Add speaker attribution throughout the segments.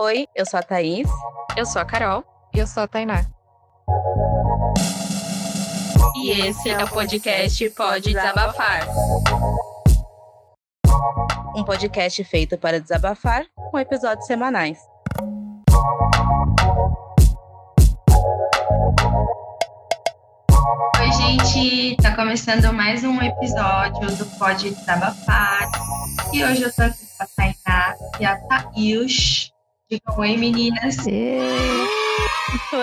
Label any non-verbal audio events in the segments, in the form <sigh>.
Speaker 1: Oi, eu sou a Thaís.
Speaker 2: Eu sou a Carol.
Speaker 3: Eu sou a Tainá.
Speaker 2: E esse é o podcast Pode Desabafar.
Speaker 1: Um podcast feito para desabafar com episódios semanais.
Speaker 2: Oi, gente! Tá começando mais um episódio do Pode Desabafar. E hoje eu tô aqui com a Tainá e a Thaís. Digam oi, meninas. <laughs>
Speaker 1: <laughs>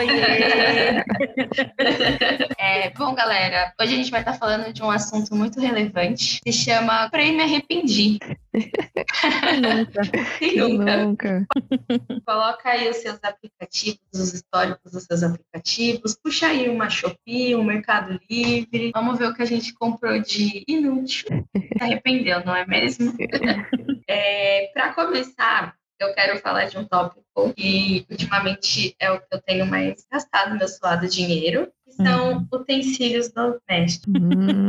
Speaker 2: É, bom, galera, hoje a gente vai estar falando de um assunto muito relevante. Se chama Porém Me Arrependi.
Speaker 3: Nunca,
Speaker 2: Quem
Speaker 3: eu
Speaker 2: nunca?
Speaker 3: nunca.
Speaker 2: Coloca aí os seus aplicativos, os históricos dos seus aplicativos. Puxa aí uma Shopee, um Mercado Livre. Vamos ver o que a gente comprou de inútil. Se arrependeu, não é mesmo? É, Para começar, eu quero falar de um tópico que ultimamente é o que eu tenho mais gastado meu suado dinheiro. Que são utensílios domésticos.
Speaker 3: Hum.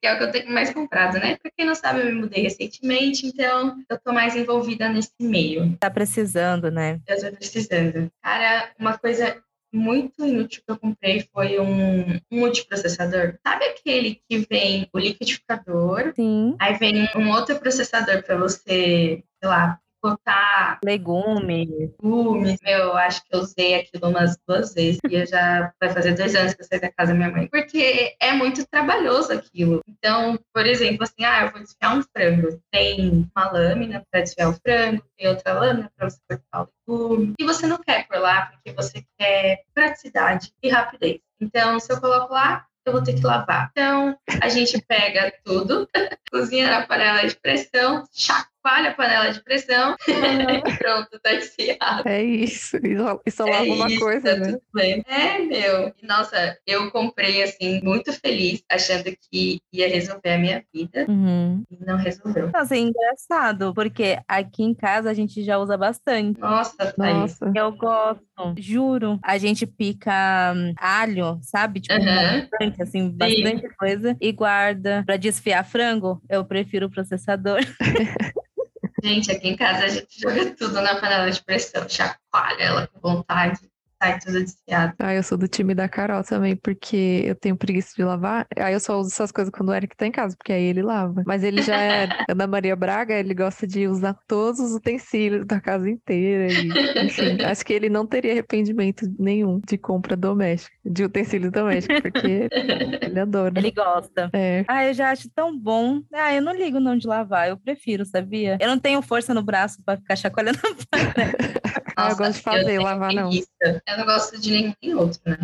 Speaker 2: que é o que eu tenho mais comprado, né? Pra quem não sabe, eu me mudei recentemente, então eu tô mais envolvida nesse meio.
Speaker 1: Tá precisando, né?
Speaker 2: Eu tô precisando. Cara, uma coisa muito inútil que eu comprei foi um multiprocessador. Sabe aquele que vem o liquidificador,
Speaker 1: Sim.
Speaker 2: aí vem um outro processador pra você, sei lá, picotar
Speaker 1: Legume.
Speaker 2: legumes. Meu, eu acho que eu usei aquilo umas duas vezes. E eu já vai fazer dois anos que eu saí da casa da minha mãe. Porque é muito trabalhoso aquilo. Então, por exemplo, assim, ah, eu vou desfiar um frango. Tem uma lâmina para desfiar o frango, tem outra lâmina para você cortar o legume. E você não quer por lá, porque você quer praticidade e rapidez. Então, se eu coloco lá, eu vou ter que lavar. Então, a gente pega tudo, <laughs> cozinha na panela de pressão, chacoalha a panela de pressão <laughs> e pronto, tá desfiado.
Speaker 3: É isso. E só, e
Speaker 1: É
Speaker 3: só lava uma
Speaker 2: isso,
Speaker 3: coisa,
Speaker 2: tá
Speaker 3: né?
Speaker 2: tudo bem. É, meu. E, Nossa, eu comprei assim, muito feliz, achando que ia resolver a minha vida.
Speaker 3: Uhum.
Speaker 2: E não resolveu.
Speaker 1: Nossa, é engraçado, porque aqui em casa a gente já usa bastante.
Speaker 2: Nossa, tá Thaís.
Speaker 3: Nossa.
Speaker 1: Eu gosto, juro. A gente pica hum, alho, sabe? Tipo,
Speaker 2: Aham.
Speaker 1: bastante, assim, bastante coisa. E guarda. Pra desfiar frango, eu prefiro o processador. <laughs>
Speaker 2: Gente, aqui em casa a gente joga tudo na panela de pressão. Chacoalha ela com vontade. Sai tudo desfiado.
Speaker 3: Ah, eu sou do time da Carol também, porque eu tenho preguiça de lavar. Aí eu só uso essas coisas quando o Eric tá em casa, porque aí ele lava. Mas ele já é Ana Maria Braga, ele gosta de usar todos os utensílios da casa inteira. e, enfim, acho que ele não teria arrependimento nenhum de compra doméstica, de utensílios domésticos, porque ele adora.
Speaker 1: Ele gosta.
Speaker 3: É.
Speaker 1: Ah, eu já acho tão bom. Ah, eu não ligo não de lavar, eu prefiro, sabia? Eu não tenho força no braço pra ficar chacoalhando. <laughs>
Speaker 3: Ah, eu gosto de fazer,
Speaker 2: tenho
Speaker 3: lavar não.
Speaker 2: preguiça. Eu não gosto de nenhum nem outro,
Speaker 3: <laughs>
Speaker 2: né?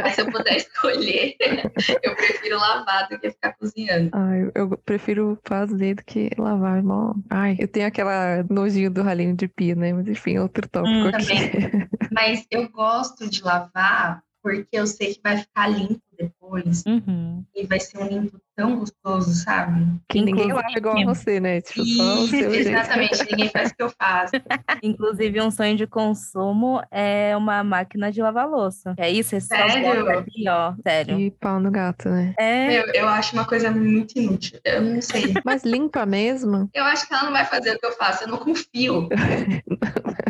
Speaker 2: Mas se eu puder escolher, <laughs> eu prefiro lavar do que ficar cozinhando.
Speaker 3: Ah, eu, eu prefiro fazer do que lavar, irmão. Ai, eu tenho aquela nojinho do ralinho de pia, né? Mas enfim, outro tópico
Speaker 1: Hum,
Speaker 3: aqui.
Speaker 2: Mas eu gosto de lavar porque eu sei que vai ficar limpo depois
Speaker 1: Uhum.
Speaker 2: e vai ser um limpo tão gostoso, sabe?
Speaker 3: Que ninguém
Speaker 1: Inclusive-
Speaker 3: lava igual a você, né? Tipo,
Speaker 1: <laughs>
Speaker 3: só o
Speaker 2: Isso,
Speaker 3: seu jeito.
Speaker 2: exatamente, ninguém faz o que eu
Speaker 3: <laughs>
Speaker 2: faço.
Speaker 1: Inclusive, um sonho de consumo é uma máquina de lavar louça. É isso, é só
Speaker 2: Sério?
Speaker 1: bota aqui, ó. Sério.
Speaker 3: E pau no gato, né?
Speaker 1: É,
Speaker 2: Eu, eu acho uma coisa muito inútil. Eu não sei.
Speaker 3: Mas limpa mesmo?
Speaker 2: Eu acho que ela não vai fazer o que eu faço, eu não
Speaker 3: <laughs>
Speaker 2: confio.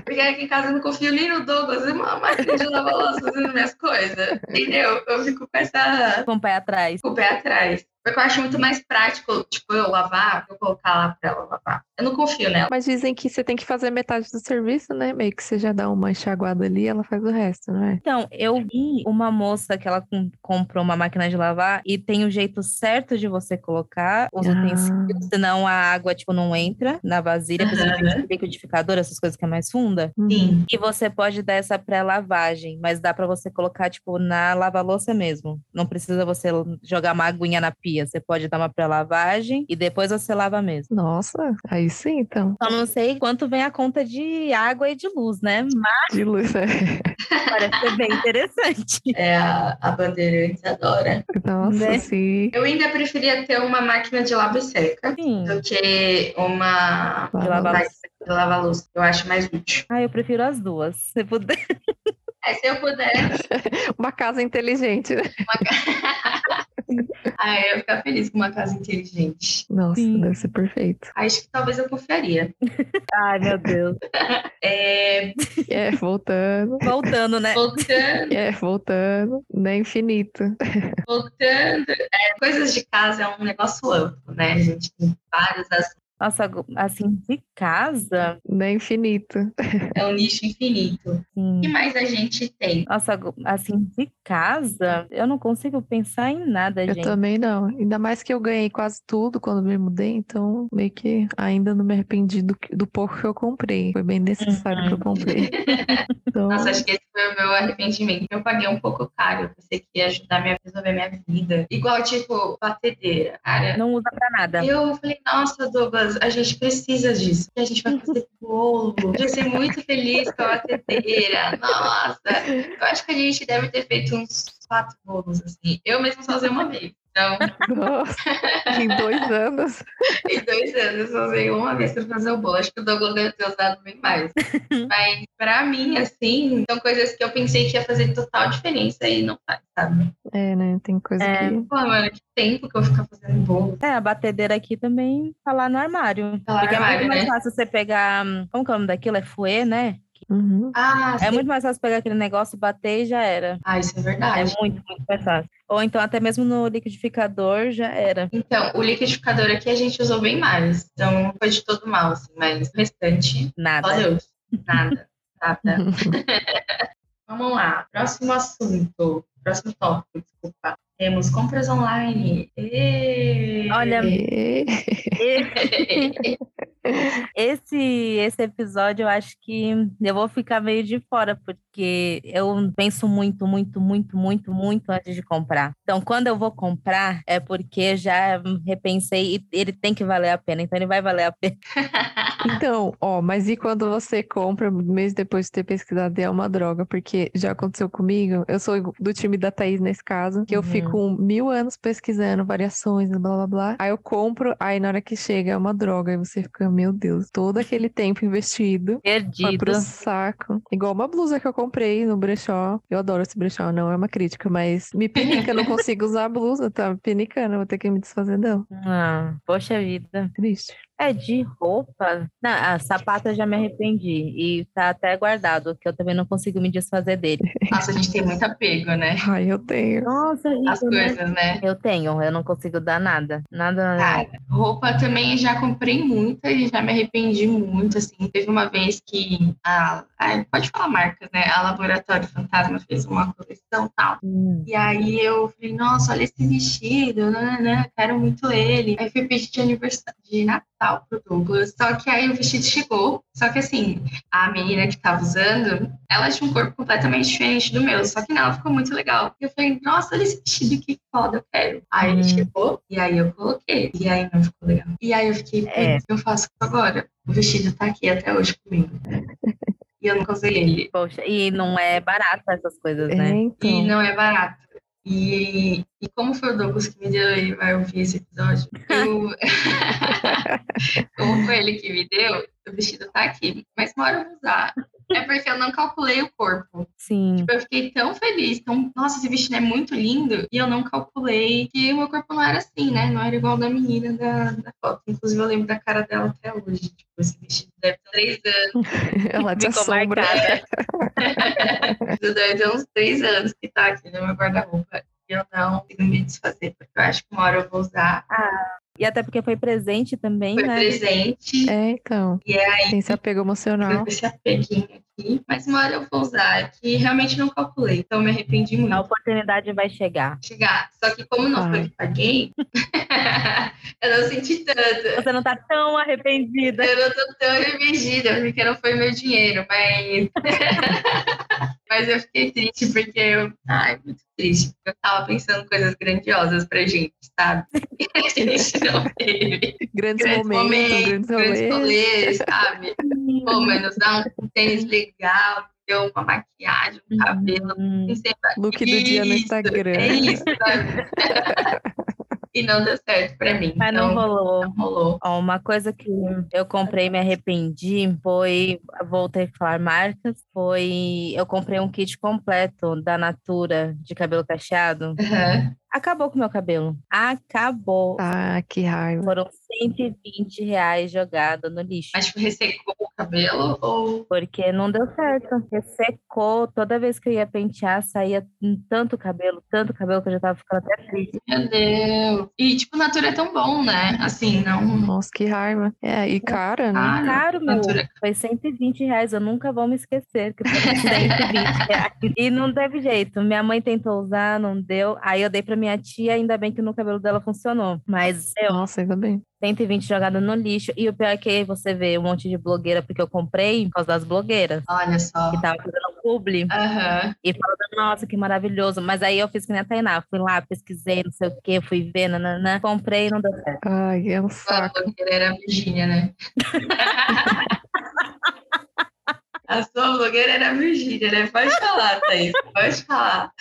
Speaker 2: Porque aqui em casa eu não confio nem no Douglas, e uma máquina de lavar louça fazendo minhas coisas. Entendeu? Eu fico com essa
Speaker 1: com o pé atrás.
Speaker 2: com o pé atrás. Porque eu acho muito mais prático, tipo, eu lavar, eu colocar lá pra ela lavar. Eu não confio nela.
Speaker 3: Mas dizem que você tem que fazer metade do serviço, né? Meio que você já dá uma enxaguada ali, ela faz o resto, não é?
Speaker 1: Então, eu vi uma moça que ela com- comprou uma máquina de lavar e tem o jeito certo de você colocar os
Speaker 3: Ah.
Speaker 1: utensílios, senão a água, tipo, não entra na vasilha, principalmente
Speaker 2: Aham.
Speaker 1: no liquidificador, essas coisas que é mais funda.
Speaker 3: Uhum.
Speaker 2: Sim.
Speaker 1: E você pode dar essa pré-lavagem, mas dá pra você colocar, tipo, na lava-louça mesmo. Não precisa você jogar uma aguinha na pia. Você pode dar uma pré-lavagem e depois você lava mesmo.
Speaker 3: Nossa, aí sim, então.
Speaker 1: Só não sei quanto vem a conta de água e de luz, né? Mas
Speaker 3: De luz, né? <laughs>
Speaker 1: parece ser bem interessante.
Speaker 2: É, a, a Bandeirantes adora.
Speaker 3: Nossa,
Speaker 1: Né?
Speaker 3: sim.
Speaker 2: Eu ainda preferia ter uma máquina de lava seca
Speaker 1: Sim.
Speaker 2: do que uma
Speaker 1: De
Speaker 3: Lava-
Speaker 1: lavar.
Speaker 2: máquina de lavar louça. Eu acho mais útil.
Speaker 1: Ah, eu prefiro as duas. Se puder.
Speaker 2: É, se eu puder,
Speaker 3: Uma casa inteligente, né?
Speaker 2: Ah, eu ia ficar feliz com uma casa inteligente.
Speaker 3: Nossa,
Speaker 1: Sim.
Speaker 3: deve ser perfeito.
Speaker 2: Acho que talvez eu confiaria.
Speaker 1: Ai, meu Deus.
Speaker 2: É,
Speaker 3: É, voltando.
Speaker 1: Voltando, né?
Speaker 3: <laughs>
Speaker 2: voltando,
Speaker 3: É, voltando. Né, infinito.
Speaker 2: voltando. é, coisas de casa é um negócio amplo, né, gente? Tem vários assuntos.
Speaker 1: Nossa, agu- assim, de casa.
Speaker 3: Né, infinito.
Speaker 2: É um nicho infinito. O
Speaker 1: Sim.
Speaker 2: que mais a gente tem?
Speaker 1: Nossa, agu- assim, de casa, eu não consigo pensar em nada,
Speaker 3: Eu
Speaker 1: gente.
Speaker 3: também não. Ainda mais que eu ganhei quase tudo quando me mudei, então meio que ainda não me arrependi do, que- do pouco que eu comprei. Foi bem necessário que eu comprei. Então,
Speaker 2: Nossa, acho que esse foi o meu arrependimento. Eu paguei um pouco caro. Eu pensei que ia ajudar a minha- resolver minha vida. Igual, tipo, batedeira. Cara,
Speaker 1: Não usa pra nada.
Speaker 2: Eu falei, nossa, Douglas, a gente precisa disso. que A gente vai fazer bolo. Eu ia ser muito feliz com a batedeira. Nossa, eu acho que a gente deve ter feito uns quatro bolos, assim. Eu mesma só usei uma vez. Então,
Speaker 3: <laughs> nossa, em dois anos.
Speaker 2: em dois anos, eu só usei uma vez para fazer o bolo. Acho que o Douglas deve ter usado
Speaker 1: <laughs>
Speaker 2: bem mais. Mas, pra mim, assim, são coisas que eu pensei que ia fazer total diferença e não faz, sabe?
Speaker 3: É, né? Tem coisa
Speaker 1: É.
Speaker 3: que.
Speaker 2: Pô, mano, que tempo que eu vou ficar fazendo bolo.
Speaker 1: É, a batedeira aqui também tá lá no armário.
Speaker 2: Tá lá
Speaker 1: porque
Speaker 2: no
Speaker 1: é
Speaker 2: armário,
Speaker 1: muito mais
Speaker 2: né?
Speaker 1: fácil você pegar. hum, Como que é o nome daquilo? É fouet, né?
Speaker 3: Uhum.
Speaker 2: Ah,
Speaker 1: É
Speaker 2: sim.
Speaker 1: muito mais fácil pegar aquele negócio, bater e já era.
Speaker 2: ah isso é
Speaker 1: É
Speaker 2: verdade.
Speaker 1: muito, muito mais fácil. Ou então até mesmo no liquidificador já era.
Speaker 2: Então, o liquidificador aqui a gente usou bem mais. Então, não foi de todo mal, assim, mas o restante, só
Speaker 1: Nada.
Speaker 2: Deus. Nada,
Speaker 1: <laughs>
Speaker 2: nada. <laughs> Vamos lá. Próximo assunto. Próximo tópico, desculpa. Temos compras online. Ê!
Speaker 1: Olha,
Speaker 3: E-
Speaker 1: Esse, esse episódio eu acho que eu vou ficar meio de fora, porque eu penso muito, muito, muito, muito, muito antes de comprar. Então, quando eu vou comprar, é porque já hum, repensei e ele tem que valer a pena, então ele vai valer a pena.
Speaker 3: Então, ó, mas e quando você compra, mesmo depois de ter pesquisado, e é uma droga? Porque já aconteceu comigo, eu sou igu- do time da Thaís nesse caso, que eu
Speaker 1: Uhum.
Speaker 3: fico mil anos pesquisando variações, blá blá blá. Aí eu compro, aí na hora que chega é uma droga, aí você fica, meu Deus, todo aquele tempo investido. Foi
Speaker 1: Perdido.
Speaker 3: pro saco. Igual uma blusa que eu comprei no brechó. Eu adoro esse brechó, não é uma crítica, mas me pinica, eu não consigo usar a blusa, tá me pinicando, eu vou ter que me desfazer dela.
Speaker 1: Ah, poxa vida.
Speaker 3: Triste.
Speaker 1: É de roupa. Não, a sapato eu já me arrependi. E tá até guardado, que eu também não consigo me desfazer dele.
Speaker 2: <laughs> Nossa, a gente tem muito apego, né?
Speaker 3: Ai, eu
Speaker 1: <laughs>
Speaker 3: tenho.
Speaker 1: Nossa,
Speaker 2: As
Speaker 1: horrível, né?
Speaker 2: coisas, né?
Speaker 1: Eu tenho, eu não consigo dar nada. Nada. nada.
Speaker 2: Cara, roupa também já comprei muita e já me arrependi muito, assim. Teve uma vez que a... ai, pode falar marcas, né? A Laboratório Fantasma fez uma coleção e tal.
Speaker 1: Hum.
Speaker 2: E aí eu falei, nossa, olha esse vestido, nananã, quero muito ele. Aí fui pedir de aniversário de Natal pro Douglas. Só que aí o vestido chegou. Só que assim, a menina que tava usando, ela tinha um corpo completamente diferente do meu. Só que nela ficou muito legal. E eu falei, nossa, olha esse vestido, que foda, eu quero. Aí ele
Speaker 1: Hum.
Speaker 2: chegou, e aí eu coloquei. E aí não ficou legal. E aí eu fiquei,
Speaker 1: É.
Speaker 2: putz, eu faço isso agora. O vestido tá aqui até hoje comigo.
Speaker 1: <laughs>
Speaker 2: e eu nunca usei ele.
Speaker 1: Poxa, e não é barato essas coisas,
Speaker 3: É,
Speaker 1: né?
Speaker 2: E
Speaker 3: então.
Speaker 2: não é barato. E, e como foi o Douglas que me deu, ele vai ouvir esse episódio. Eu... <laughs> como foi ele que me deu, o vestido tá aqui. Mas uma hora eu vou usar. É porque eu não calculei o corpo.
Speaker 1: Sim.
Speaker 2: Eu fiquei tão feliz, tão, nossa, esse vestido é muito lindo. E eu não calculei que o meu corpo não era assim, né? Não era igual da menina da, da foto. Inclusive, eu lembro da cara dela até hoje. Tipo, esse vestido deve ter três anos.
Speaker 3: Ela te
Speaker 1: Ficou
Speaker 3: assombra.
Speaker 1: <laughs> marcada.
Speaker 2: Isso deve ter uns três anos que tá aqui no meu guarda-roupa. E eu não consigo me desfazer, porque eu acho que uma hora eu vou usar.
Speaker 1: E até porque foi presente também,
Speaker 2: Foi
Speaker 1: né?
Speaker 2: presente,
Speaker 3: É, então.
Speaker 2: E aí-
Speaker 3: Tem esse apego emocional.
Speaker 2: eu esse apeguinho aqui. Mas uma hora eu vou usar, é que realmente não calculei. Então eu me arrependi muito
Speaker 1: A
Speaker 2: de
Speaker 1: oportunidade vai chegar.
Speaker 2: chegar. Só que como não foi eu que paguei, <laughs> eu não senti tanto.
Speaker 1: Você não tá tão arrependida.
Speaker 2: Eu não tô tão arrependida, porque não foi meu dinheiro, mas. <laughs> mas eu fiquei triste, porque eu. Ai, muito triste, porque eu tava pensando coisas grandiosas pra gente, sabe? <laughs> E a gente não teve.
Speaker 3: <laughs> Grandes
Speaker 2: Grandes
Speaker 3: momentos,
Speaker 2: momentos,
Speaker 3: grandes
Speaker 2: grandes
Speaker 3: rolês.
Speaker 2: rolês, sabe? Pô, mano, usar um tênis legal, deu uma maquiagem, um cabelo.
Speaker 1: Hum.
Speaker 2: não sei mais.
Speaker 3: Look do dia no
Speaker 2: Isso, É
Speaker 3: Instagram.
Speaker 2: isso, sabe? <laughs> e não deu certo pra mim.
Speaker 1: Mas não
Speaker 2: então,
Speaker 1: rolou.
Speaker 2: não rolou.
Speaker 1: Ó, uma coisa que eu comprei e me arrependi foi, voltei a falar marcas, foi eu comprei um kit completo da Natura de cabelo cacheado.
Speaker 2: Aham.
Speaker 1: Acabou com o meu cabelo. Acabou.
Speaker 3: Ah, que raiva.
Speaker 1: Foram 120 reais jogado no lixo.
Speaker 2: Mas, tipo, ressecou o cabelo ou.
Speaker 1: Porque não deu certo. Ressecou. Toda vez que eu ia pentear, saía tanto cabelo, tanto cabelo que eu já tava ficando até triste.
Speaker 2: Meu Deus. E, tipo, Natura é tão bom, né? Assim, não.
Speaker 3: Nossa, que raiva. É, e cara, né?
Speaker 2: Ah,
Speaker 1: Caro, meu.
Speaker 2: Natura.
Speaker 1: Foi 120 reais. Eu nunca vou me esquecer que foi 120 <laughs> reais. E não teve jeito. Minha mãe tentou usar, não deu. Aí eu dei pra minha tia, ainda bem que no cabelo dela funcionou. Mas eu,
Speaker 3: Nossa, ainda bem.
Speaker 1: 120 jogada no lixo. E o pior é que você vê um monte de blogueira, porque eu comprei por causa das blogueiras.
Speaker 2: Olha só.
Speaker 1: Que tava fazendo um publi
Speaker 2: Aham.
Speaker 1: e falando, nossa, que maravilhoso. Mas aí eu fiz que nem a Tainá, fui lá, pesquisei, não sei o que, fui ver, nananã, comprei e não deu certo.
Speaker 3: Ai, é um
Speaker 2: A
Speaker 3: saco.
Speaker 2: blogueira era a Virgínia, né? A sua blogueira era a Virgínia, né? Pode falar, Thaís. Pode falar.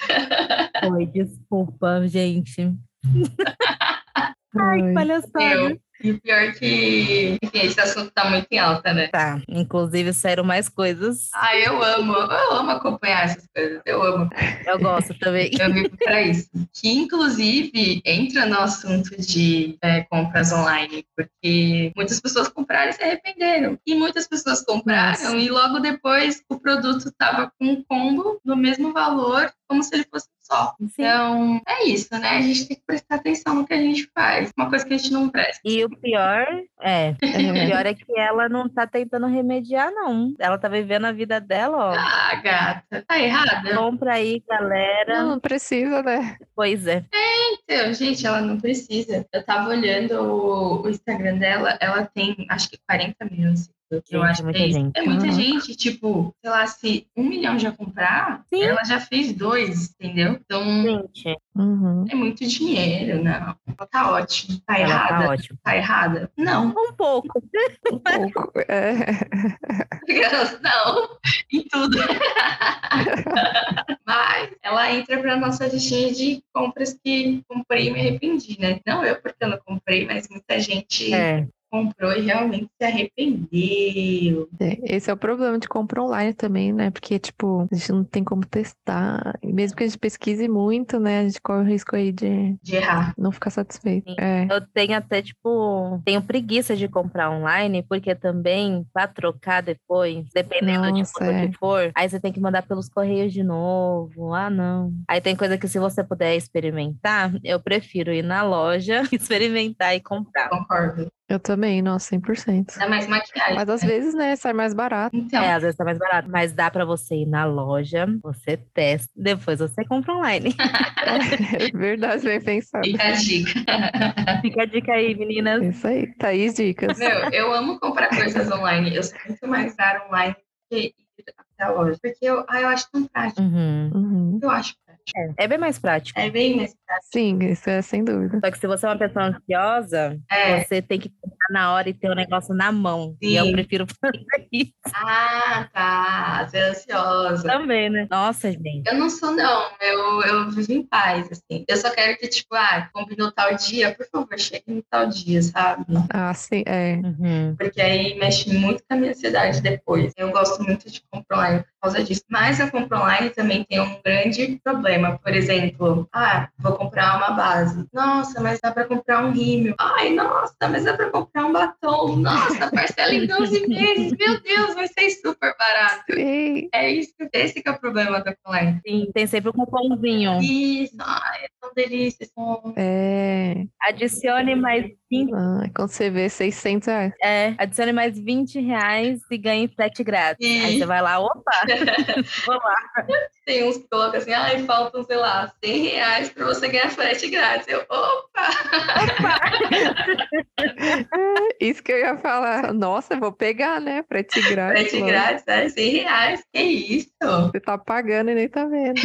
Speaker 1: Foi, desculpa, gente. Ai, que
Speaker 3: Ai.
Speaker 1: palhaçada.
Speaker 2: Eu. E o pior é que. Enfim, esse assunto tá muito em alta, né?
Speaker 1: Tá, inclusive saíram mais coisas.
Speaker 2: Ah, eu amo, eu amo acompanhar essas coisas, eu amo,
Speaker 1: Eu gosto também.
Speaker 2: eu vivo pra isso. Que inclusive entra no assunto de é, compras online, porque muitas pessoas compraram e se arrependeram. E muitas pessoas compraram
Speaker 3: Nossa.
Speaker 2: e logo depois o produto tava com um combo no mesmo valor, como se ele fosse um só.
Speaker 1: Sim.
Speaker 2: Então, é isso, né? A gente tem que prestar atenção no que a gente faz. Uma coisa que a gente não presta.
Speaker 1: E o pior é, o
Speaker 3: É.
Speaker 1: pior é que ela não tá tentando remediar, não. Ela tá vivendo a vida dela, ó.
Speaker 2: Ah, gata, tá errada?
Speaker 1: Compra aí, galera.
Speaker 3: Não, não precisa, né?
Speaker 1: Pois é.
Speaker 2: Então, gente, ela não precisa. Eu tava olhando o, o Instagram dela, ela tem acho que 40 mil seguidores. Eu
Speaker 1: Gente,
Speaker 2: acho
Speaker 1: muita
Speaker 2: que é isso.
Speaker 1: gente. Uhum.
Speaker 2: É muita
Speaker 3: Caraca.
Speaker 2: gente, tipo, sei lá, se um milhão já comprar,
Speaker 1: Sim.
Speaker 2: ela já fez dois, entendeu? Então
Speaker 3: Hum.
Speaker 1: Gente,
Speaker 3: Uhum.
Speaker 2: é muito dinheiro, não. Ela tá ótima. Tá
Speaker 1: ela
Speaker 2: errada?
Speaker 1: tá
Speaker 2: Tá,
Speaker 1: ótima.
Speaker 2: errada? Não. <laughs>
Speaker 1: Um pouco.
Speaker 3: Um pouco. É.
Speaker 2: não. Em
Speaker 1: <laughs>
Speaker 2: tudo. Mas ela entra pra nossa listinha de compras que comprei e me arrependi, né? Não eu porque eu não comprei, mas muita gente.
Speaker 1: É.
Speaker 2: comprou e realmente se arrependeu.
Speaker 3: É, Esse é o problema de compra online também, né? Porque, tipo, a gente não tem como testar. E Mesmo que a gente pesquise muito, né? A gente corre o risco aí de
Speaker 2: De errar.
Speaker 3: não ficar satisfeito.
Speaker 1: Sim.
Speaker 3: É.
Speaker 1: Eu tenho até, tipo, tenho preguiça de comprar online, porque também pra trocar depois, dependendo de
Speaker 3: Nossa,
Speaker 1: quanto
Speaker 3: é.
Speaker 1: que for, aí você tem que mandar pelos correios de novo. Ah, não. Aí tem coisa que se você puder experimentar, eu prefiro ir na loja, <laughs> experimentar e comprar.
Speaker 2: Concordo.
Speaker 3: Eu também, nossa, 100%.
Speaker 2: Ainda mais maquiagem.
Speaker 3: Mas às vezes, né, sai mais barato.
Speaker 2: Então,
Speaker 1: É, às vezes tá mais barato, mas dá pra você ir na loja, você testa, depois você compra online.
Speaker 3: É verdade, bem pensado.
Speaker 2: fica a dica.
Speaker 1: Fica a dica <laughs> aí, meninas.
Speaker 3: É Isso aí. Thaís, dicas.
Speaker 2: Meu, eu amo comprar coisas online. Eu sou muito mais dar online do que ir até a loja. Porque eu, ah, eu acho tão prático.
Speaker 1: Uhum.
Speaker 3: Uhum.
Speaker 2: Eu acho prático.
Speaker 1: É bem mais prático.
Speaker 2: É bem mais
Speaker 3: Sim, isso é sem dúvida.
Speaker 1: Só que se você é uma pessoa ansiosa,
Speaker 2: É.
Speaker 1: Você tem que comprar na hora e ter o negócio na mão. E
Speaker 2: Sim.
Speaker 1: <laughs> eu prefiro fazer isso
Speaker 2: Ah, tá. Você é ansiosa.
Speaker 1: também, né? Nossa, gente.
Speaker 2: Eu não sou, não. Eu, eu vivo em paz, assim. Eu só quero que, tipo, ah, combinou tal dia, por favor, chegue no tal dia, sabe?
Speaker 3: Ah, sim, é.
Speaker 1: Uhum.
Speaker 2: porque aí mexe muito com a minha ansiedade depois. Eu gosto muito de compra online por causa disso. Mas a compra online também tem um grande problema. Por exemplo, ah, vou comprar uma base. Nossa, mas dá pra comprar um rímel. Ai, nossa, mas dá pra comprar um batom. Nossa, parcela em 12 meses. Meu Deus, vai ser super barato.
Speaker 3: Ei,
Speaker 2: É isso, esse que é o problema da compra online.
Speaker 1: Sim, tem sempre um cupomzinho.
Speaker 2: Isso, ai, é tão delícia. São...
Speaker 3: É.
Speaker 1: Adicione mais 20,
Speaker 3: Ah, quando você vê 600 reais.
Speaker 1: é, adicione mais 20 reais e ganhe frete grátis. Aí você vai lá, opa! Vou lá.
Speaker 2: Tem uns que colocam assim, ai, faltam, sei lá, 100 reais pra você ganhar frete grátis. Eu, opa!
Speaker 3: Isso que eu ia falar. Nossa, eu vou pegar, né? Frete grátis.
Speaker 2: Frete
Speaker 3: mano.
Speaker 2: grátis, é 100 reais, que isso?
Speaker 3: Você tá pagando e nem tá vendo.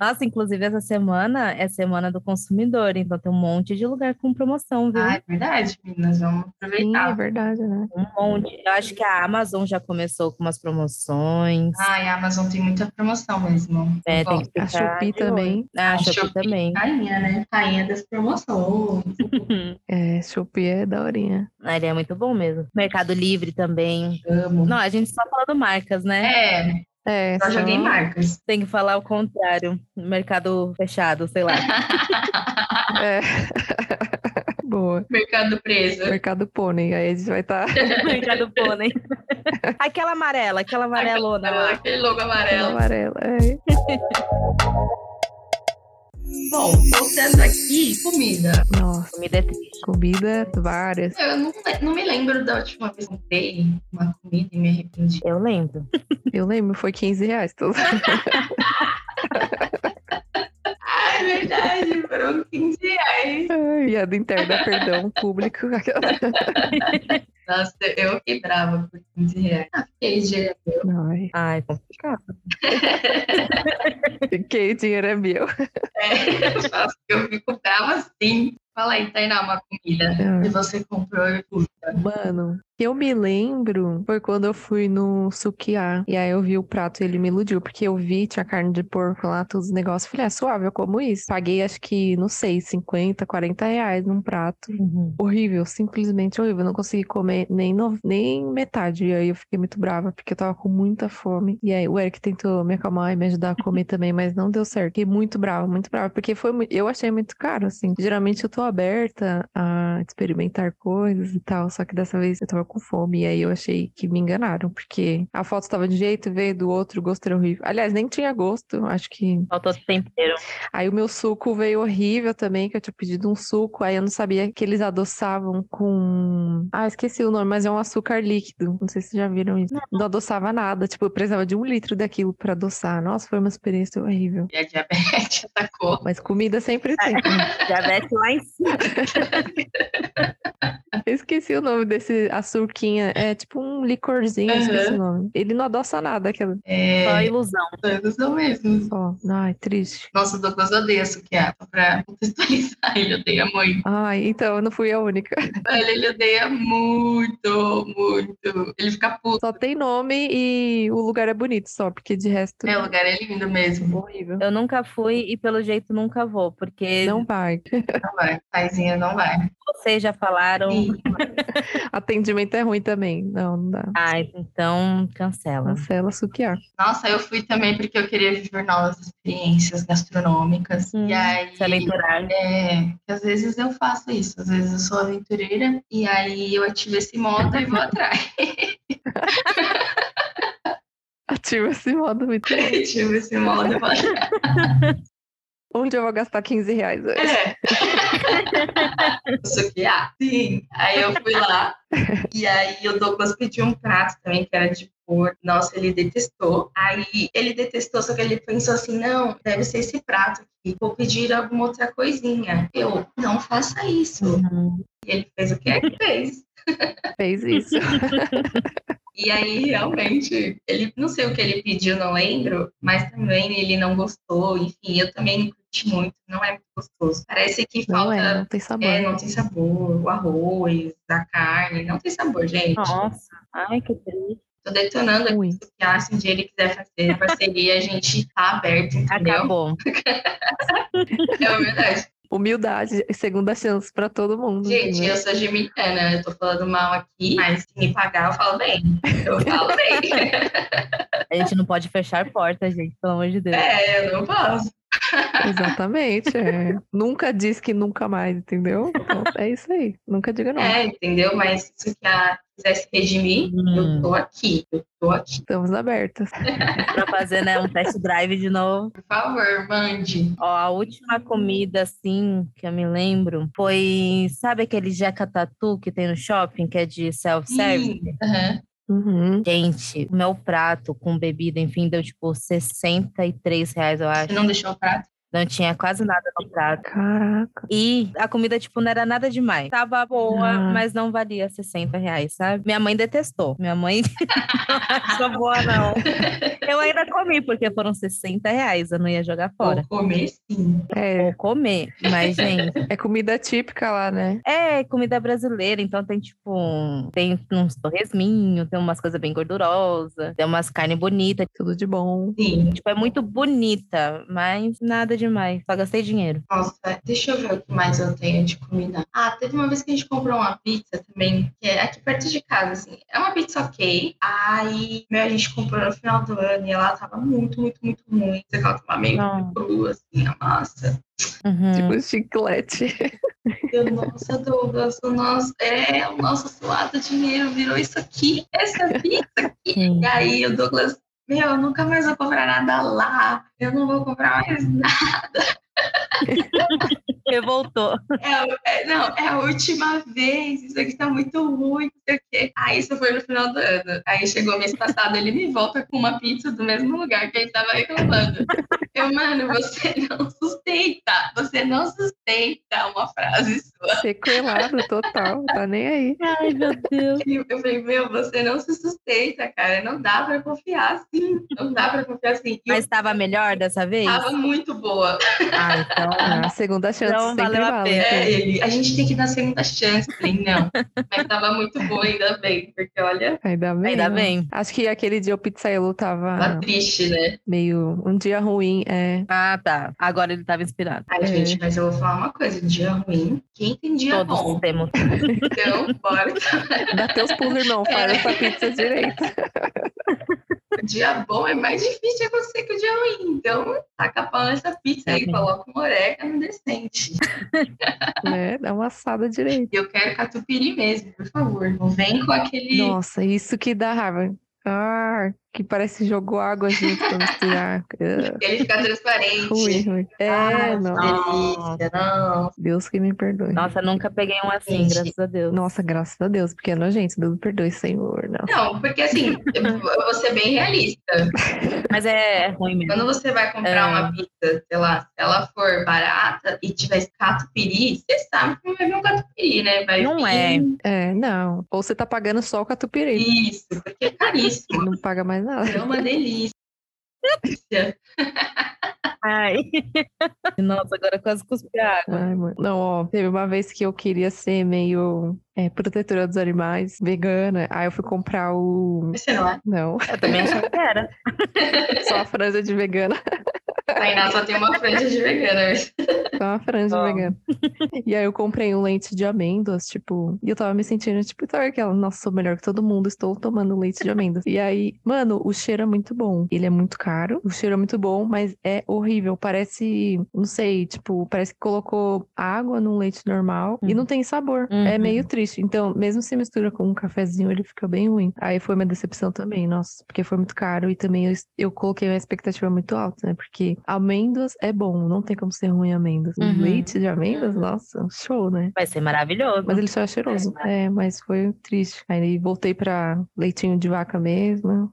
Speaker 1: Nossa, inclusive essa semana é semana do consumidor, então tem um monte de lugar com promoção, viu?
Speaker 2: Ah, é verdade, meninas, vamos
Speaker 3: Sim, é
Speaker 2: aproveitar.
Speaker 3: verdade, né?
Speaker 1: Um monte. Eu acho que a Amazon já começou com umas promoções.
Speaker 2: Ai, a Amazon tem muita promoção mesmo.
Speaker 1: É, tem
Speaker 2: Ah, Bom,
Speaker 1: que
Speaker 3: A
Speaker 1: ficar
Speaker 3: Shopee
Speaker 1: de olho.
Speaker 3: também.
Speaker 1: Ah, a
Speaker 2: a
Speaker 1: Shopee
Speaker 2: Shopee.
Speaker 1: também.
Speaker 2: Rainha, né? Rainha das promoções.
Speaker 3: É, Shopee é daorinha.
Speaker 1: Ah, Ele é muito bom mesmo. Mercado Livre também.
Speaker 2: Amo.
Speaker 1: Não, a gente só fala do marcas, né?
Speaker 2: É,
Speaker 3: É,
Speaker 2: Só joguei marcas.
Speaker 1: Tem que falar o contrário. Mercado fechado, sei
Speaker 2: <laughs>
Speaker 1: lá. <laughs>
Speaker 3: É. Boa.
Speaker 2: Mercado preso.
Speaker 3: Mercado Pônei. Aí a gente vai tá estar.
Speaker 1: Mercado pônei. Aquela amarela, aquela amarelona. lá.
Speaker 2: Aquele logo amarelo.
Speaker 3: Amarelo. É.
Speaker 2: Bom, voltando aqui, comida.
Speaker 3: Nossa.
Speaker 1: Comida é triste.
Speaker 3: Comida, várias.
Speaker 2: Eu não, não me lembro da última vez que eu comprei uma comida e me arrependi.
Speaker 1: Eu lembro.
Speaker 3: Eu lembro, foi 15 reais. Tô...
Speaker 2: Ah, é verdade, foram 15 reais.
Speaker 3: Piada interna, perdão, público. <laughs>
Speaker 2: Nossa, eu fiquei brava por 15 reais. Ah, fiquei de
Speaker 3: Ai,
Speaker 1: Ai, é complicado.
Speaker 3: que dinheiro é meu.
Speaker 2: é, eu <laughs> faço que eu fico brava assim. Fala aí, Tainá, uma comida que você comprou e custa.
Speaker 3: Mano, que eu me lembro foi quando eu fui no Sukiá. E aí eu vi o prato e ele me iludiu, porque eu vi, tinha carne de porco lá, todos os negócios. Falei, é suave, eu como isso. Paguei acho que, não sei, 50, 40 reais num prato. Horrível, simplesmente horrível. Eu não consegui comer nem, no- nem metade. E aí eu fiquei muito brava, porque eu tava com muita fome. E aí o Eric tentou me acalmar e me ajudar a comer também, mas não deu certo. Fiquei muito brava, muito brava, porque foi mui- eu achei muito caro, assim. Geralmente eu tô aberta a experimentar coisas e tal, só que dessa vez eu tava com fome. E aí eu achei que me enganaram, porque a foto tava de um jeito, veio do outro, o gosto era horrível. Aliás, nem tinha gosto, acho que
Speaker 1: Faltou tempero.
Speaker 3: Aí o meu suco veio horrível também, que eu tinha pedido um suco, aí eu não sabia que eles adoçavam com. Ah, esqueci o nome, mas é um açúcar líquido. Não sei se vocês já viram isso. Não, adoçava nada, tipo, eu precisava de um litro daquilo pra adoçar. Nossa, foi uma experiência horrível.
Speaker 2: E a diabetes <laughs> atacou.
Speaker 3: Mas comida sempre tem.
Speaker 1: Diabetes lá em cima.
Speaker 3: Eu esqueci o nome desse açuquinha. É tipo um licorzinho, eu esqueci o nome. Ele não adoça nada, aquela.
Speaker 1: Só
Speaker 2: É,
Speaker 1: ilusão.
Speaker 2: todos são mesmos.
Speaker 3: Ó, ai, triste.
Speaker 2: Nossa, o Douglas odeia suquiá. Só pra contextualizar, <laughs> ele odeia muito.
Speaker 3: Ai, então eu não fui a única.
Speaker 2: Olha, ele odeia muito, muito. Ele fica puto.
Speaker 3: Só tem nome e o lugar é bonito só, porque de resto.
Speaker 2: É, o lugar é lindo mesmo.
Speaker 3: horrível.
Speaker 1: Eu nunca fui e pelo jeito nunca vou, porque
Speaker 3: Não vai.
Speaker 2: Não vai, paizinha não vai.
Speaker 1: vocês já falaram.
Speaker 2: Sim.
Speaker 3: Atendimento é ruim também. Não, não dá.
Speaker 1: Ah, então cancela.
Speaker 3: Cancela suquear. <laughs>
Speaker 2: Nossa, eu fui também porque eu queria viver novas experiências gastronômicas.
Speaker 1: Hum,
Speaker 2: e aí,
Speaker 1: Excelente horário.
Speaker 2: é, que às vezes eu faço isso, às vezes eu sou aventureira e aí eu ativo esse modo e vou atrás. <laughs>
Speaker 3: Ativa esse modo muito.
Speaker 2: ativo esse modo e vou atrás.
Speaker 3: Onde eu vou gastar 15 reais hoje?
Speaker 2: É. Isso aqui, ah, sim. Aí eu fui lá e aí o Douglas pediu um prato também que era de porco. Nossa, ele detestou. Aí ele detestou, só que ele pensou assim, não, deve ser esse prato aqui. Vou pedir alguma outra coisinha. Eu, não faça isso.
Speaker 1: Uhum.
Speaker 2: E ele fez o que é que fez.
Speaker 3: Fez isso.
Speaker 2: E aí, realmente, ele não sei o que ele pediu, não lembro, mas também ele não gostou, enfim, eu também não curti muito, não é muito gostoso. Parece que
Speaker 3: Não
Speaker 2: falta.
Speaker 3: é, não tem sabor.
Speaker 2: É, não tem sabor, o arroz, a carne, não tem sabor, gente.
Speaker 1: Nossa, ai que triste.
Speaker 2: Tô detonando aqui
Speaker 3: Ruim.
Speaker 2: o que se um dia ele quiser fazer a parceria, a gente tá aberto, entendeu?
Speaker 1: Acabou.
Speaker 2: É verdade.
Speaker 3: Humildade, segunda chance pra todo mundo.
Speaker 2: Gente,
Speaker 3: entendeu?
Speaker 2: eu <laughs> sou gimitana, eu tô falando mal aqui, mas se me pagar, eu falo bem. Eu falo bem.
Speaker 1: A gente não pode fechar porta, gente, pelo amor de Deus.
Speaker 2: É, eu não posso.
Speaker 3: Exatamente. é. nunca diz que nunca mais, entendeu? Então, é isso aí. Nunca diga não.
Speaker 2: É, entendeu? Mas se que a quiser se redimir,
Speaker 1: Hum.
Speaker 2: eu tô aqui, eu tô aqui.
Speaker 3: Estamos abertas.
Speaker 1: Pra fazer né, um test drive de novo.
Speaker 2: Por favor, mande.
Speaker 1: Ó, a última comida, assim, que eu me lembro foi. Sabe aquele jeca tatu que tem no shopping, que é de self-service?
Speaker 2: Sim, aham.
Speaker 3: Uhum.
Speaker 1: Gente, o meu prato com bebida, enfim, deu tipo R$ 63 reais, eu
Speaker 2: Você
Speaker 1: acho.
Speaker 2: não deixou o prato?
Speaker 1: Não tinha quase nada no prato.
Speaker 3: Caraca.
Speaker 1: E a comida, tipo, não era nada demais. Tava boa,
Speaker 3: Ah.
Speaker 1: mas não valia 60 reais, sabe? Minha mãe detestou. Minha mãe <laughs> não achou boa, não. Eu ainda comi, porque foram 60 reais. Eu não ia jogar fora.
Speaker 2: Vou comer sim.
Speaker 3: É,
Speaker 1: Vou comer. Mas, gente,
Speaker 3: <laughs> é comida típica lá, né?
Speaker 1: é comida brasileira. Então tem, tipo, um- tem uns torresminhos, tem umas coisas bem gordurosas, tem umas carnes bonitas.
Speaker 3: Tudo de bom.
Speaker 2: Sim.
Speaker 1: Tipo, é muito bonita, mas nada demais. Só gastei dinheiro.
Speaker 2: Nossa, deixa eu ver o que mais eu tenho de comida. Ah, teve uma vez que a gente comprou uma pizza também, que é aqui perto de casa, assim. É uma pizza ok. Aí, meu, a gente comprou no final do ano e ela tava muito, muito, muito ruim. Só que ela tava meio
Speaker 1: Não.
Speaker 2: crua, assim, a massa.
Speaker 1: Uhum.
Speaker 3: Tipo chiclete. <laughs>
Speaker 2: Eu, nossa, Douglas, o nosso, é, o nosso suado dinheiro virou isso aqui, essa pizza aqui.
Speaker 1: Sim.
Speaker 2: E aí o Douglas, meu, eu nunca mais vou comprar nada lá. Eu não vou comprar mais nada.
Speaker 1: Revoltou.
Speaker 2: É, o- é, não, é a última vez. Isso aqui tá muito ruim, não sei o quê. Aí isso foi no final do ano. Aí chegou mês passado, ele me volta com uma pizza do mesmo lugar que ele tava reclamando. Eu, mano, você não sustenta. Você não sustenta uma frase sua.
Speaker 3: Sequelado total. Tá nem aí.
Speaker 1: Ai, meu Deus.
Speaker 2: E Eu falei, meu, você não se sustenta, cara. Não dá pra confiar assim. Não dá pra confiar assim. E
Speaker 1: Mas estava melhor dessa vez?
Speaker 2: eu tava muito boa.
Speaker 1: Ah, então.
Speaker 3: Ah, segunda chance
Speaker 1: Então,
Speaker 3: sempre
Speaker 1: valeu a
Speaker 3: vale.
Speaker 1: pena.
Speaker 2: É,
Speaker 3: então.
Speaker 2: ele, a gente tem que dar segunda chance. Eu falei, não. Mas tava muito boa, ainda bem. Porque olha,
Speaker 3: Ainda bem.
Speaker 1: Ainda
Speaker 3: né?
Speaker 1: bem.
Speaker 3: Acho que aquele dia o pizzaiolo
Speaker 2: tá
Speaker 3: tava
Speaker 2: triste, né?
Speaker 3: meio. Um dia ruim, é.
Speaker 1: Ah, tá. Agora ele estava inspirado.
Speaker 2: Ai,
Speaker 3: É.
Speaker 2: gente, mas eu vou falar uma coisa: dia ruim, quem tem dia
Speaker 1: Todos
Speaker 2: Tá bom?
Speaker 1: temos.
Speaker 2: Então, bora.
Speaker 3: Dá
Speaker 1: <laughs>
Speaker 3: teus pulos, irmão. Faz essa pizza direito.
Speaker 2: Dia bom é mais difícil de acontecer que o dia ruim. Então, taca a pau nessa pizza aí,
Speaker 1: Amém.
Speaker 2: coloca um orégano decente.
Speaker 3: Né? Dá uma assada direito.
Speaker 2: Eu quero catupiry mesmo, por favor. Não vem com aquele.
Speaker 3: Nossa, isso que dá raiva. Ah, que parece jogou água junto pra misturar. Ah,
Speaker 1: <laughs>
Speaker 2: Ele fica transparente.
Speaker 3: Ruim, ruim.
Speaker 2: Ah,
Speaker 3: É, não.
Speaker 1: não.
Speaker 2: Delícia, não.
Speaker 3: Deus que me perdoe.
Speaker 1: Nossa, nunca peguei um assim,
Speaker 2: Gente.
Speaker 1: graças a Deus.
Speaker 3: Nossa, graças a Deus, porque é nojento. Deus me perdoe, Senhor. Não.
Speaker 2: Não, porque assim, eu vou ser bem realista.
Speaker 1: Mas é ruim mesmo.
Speaker 2: Quando você vai comprar
Speaker 1: É.
Speaker 2: uma pizza, sei lá, se ela for barata e tiver catupiry, você sabe que não vai vir um catupiry, né? Vai
Speaker 1: Não é.
Speaker 2: vir
Speaker 3: É, não. Ou você tá pagando só o catupiry.
Speaker 2: Isso, porque é caríssimo.
Speaker 3: Não paga mais nada.
Speaker 2: É uma delícia.
Speaker 1: Ai. <laughs> Nossa, agora quase cuspi a água.
Speaker 3: Ai, mano. Não, ó, teve uma vez que eu queria ser meio é, protetora dos animais, vegana. Aí eu fui comprar o.
Speaker 2: Você não é?
Speaker 3: Não, <laughs>
Speaker 1: Eu também achava que era.
Speaker 3: só a franja de vegana.
Speaker 2: A <laughs> Tainá só tem uma franja de vegana.
Speaker 3: Só uma franja
Speaker 1: Ó.
Speaker 3: de vegana. E aí eu comprei um leite de amêndoas, tipo. E eu tava me sentindo, tipo, sabe aquela? Nossa, sou melhor que todo mundo, estou tomando leite de amêndoas. E aí, mano, o cheiro é muito bom. Ele é muito caro, o cheiro é muito bom, mas é horrível. Parece, não sei, tipo, parece que colocou água num leite normal e
Speaker 1: Uhum.
Speaker 3: não tem sabor.
Speaker 1: Uhum.
Speaker 3: É meio triste. Então, mesmo se mistura com um cafezinho, ele fica bem ruim. Aí foi minha decepção também, nossa, porque foi muito caro e também eu, eu coloquei uma expectativa muito alta, né? Porque amêndoas é bom, não tem como ser ruim amêndoas.
Speaker 1: Uhum.
Speaker 3: Leite de amêndoas, nossa, show, né?
Speaker 1: Vai ser maravilhoso.
Speaker 3: Mas ele só é cheiroso. É, mas foi triste. Aí voltei pra leitinho de vaca mesmo.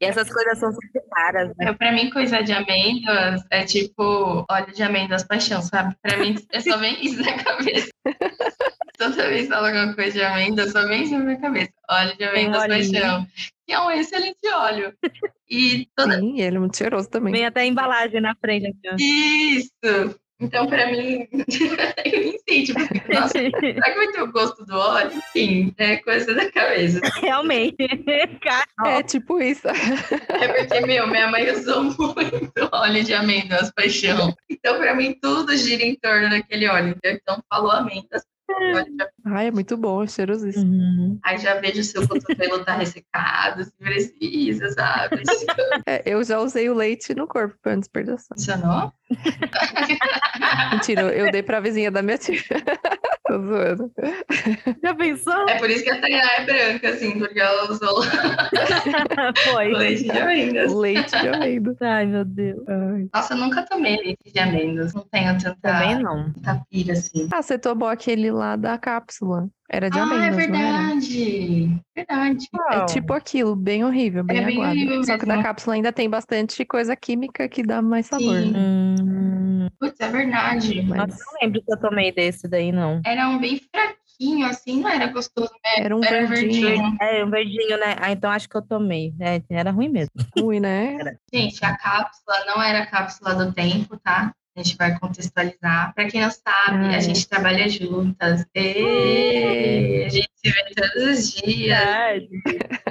Speaker 1: E essas coisas são sempre caras, né?
Speaker 2: Eu, pra mim, coisa de amêndoas é tipo óleo de amêndoas paixão, sabe? Pra mim, é só vem isso na cabeça. Toda vez que falo alguma coisa de amêndoas, só vem isso na minha cabeça. Óleo de amêndoas
Speaker 1: olhinho.
Speaker 2: paixão, que é um excelente óleo. E toda...
Speaker 3: Sim, e ele é muito cheiroso também.
Speaker 1: Vem até a embalagem na frente aqui, ó.
Speaker 2: Isso! Então, pra mim, <laughs> eu nem sei, tipo, nossa, será que vai ter o gosto do óleo? Sim, é coisa da cabeça.
Speaker 1: <laughs> Realmente.
Speaker 3: É
Speaker 1: Cara,
Speaker 3: tipo isso. <laughs>
Speaker 2: É porque, meu, minha mãe usou muito <laughs> óleo de amêndoas paixão. Então, pra mim, tudo gira em torno daquele óleo. entendeu? Então, falou amêndoas. falou óleo de amêndoas.
Speaker 3: Ai, é muito bom, é cheirosíssimo.
Speaker 1: Uhum.
Speaker 2: Aí já vejo se o cotovelo tá ressecado, se precisa, sabe? Uhum.
Speaker 3: É, eu já usei o leite no corpo pra não desperdiçar.
Speaker 2: Funcionou?
Speaker 3: Mentira, eu eu dei pra vizinha da minha tia. <laughs> Tô zoando.
Speaker 1: Já
Speaker 2: <laughs>
Speaker 1: pensou?
Speaker 2: É por isso que a Tainá é branca, assim, porque ela usou <laughs>
Speaker 1: Foi.
Speaker 2: leite de amêndoas.
Speaker 3: Leite de amêndoa.
Speaker 1: Ai, meu Deus.
Speaker 3: Ai.
Speaker 2: Nossa, eu nunca tomei leite de amêndoas. Não tenho tanta,
Speaker 3: Tá
Speaker 1: Também não.
Speaker 2: tanta pira, assim.
Speaker 3: Ah, você tomou aquele lá da cápsula. Era de
Speaker 2: Ah, é
Speaker 3: amêndoas, não era?
Speaker 2: verdade. Verdade. É
Speaker 3: É tipo aquilo, bem horrível, bem
Speaker 2: bem
Speaker 3: aguado.
Speaker 2: horrível
Speaker 3: Só que
Speaker 2: mesmo.
Speaker 3: na cápsula ainda tem bastante coisa química que dá mais sabor.
Speaker 2: Sim.
Speaker 3: né?
Speaker 1: Hum,
Speaker 2: Putz, é verdade.
Speaker 1: Nossa,
Speaker 3: Mas
Speaker 1: eu não lembro se eu tomei desse daí, não.
Speaker 2: Era um bem fraquinho, assim, não era gostoso.
Speaker 3: era um
Speaker 2: Era
Speaker 3: verdinho
Speaker 2: verdinho.
Speaker 1: É, um verdinho, né? Ah, então acho que eu tomei. né? era ruim mesmo.
Speaker 3: ruim, né?
Speaker 2: Gente, a cápsula não era a cápsula do tempo, tá? A gente vai contextualizar. Pra quem não sabe,
Speaker 3: Ah,
Speaker 2: a
Speaker 3: é.
Speaker 2: gente trabalha juntas. Ê, a gente se vê todos os dias.
Speaker 1: Verdade.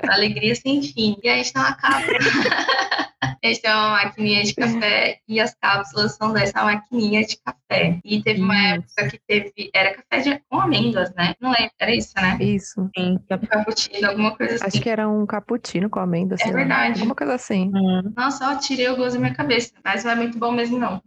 Speaker 2: Alegria sem fim. E a gente tá na cápsula. <laughs> A gente tem uma maquininha de café e as cápsulas são dessa maquininha de café. E teve uma época que teve. Era café de, com amêndoas, né? Não lembro, era isso, né?
Speaker 3: Isso.
Speaker 1: Sim, que
Speaker 2: Um cappuccino, alguma coisa assim. É
Speaker 3: Acho que era um cappuccino com amêndoa, sei lá.
Speaker 2: verdade.
Speaker 3: Alguma coisa assim.
Speaker 1: Hum,
Speaker 2: Nossa, ó, tirei o gosto da minha cabeça. Mas não é muito bom mesmo, não.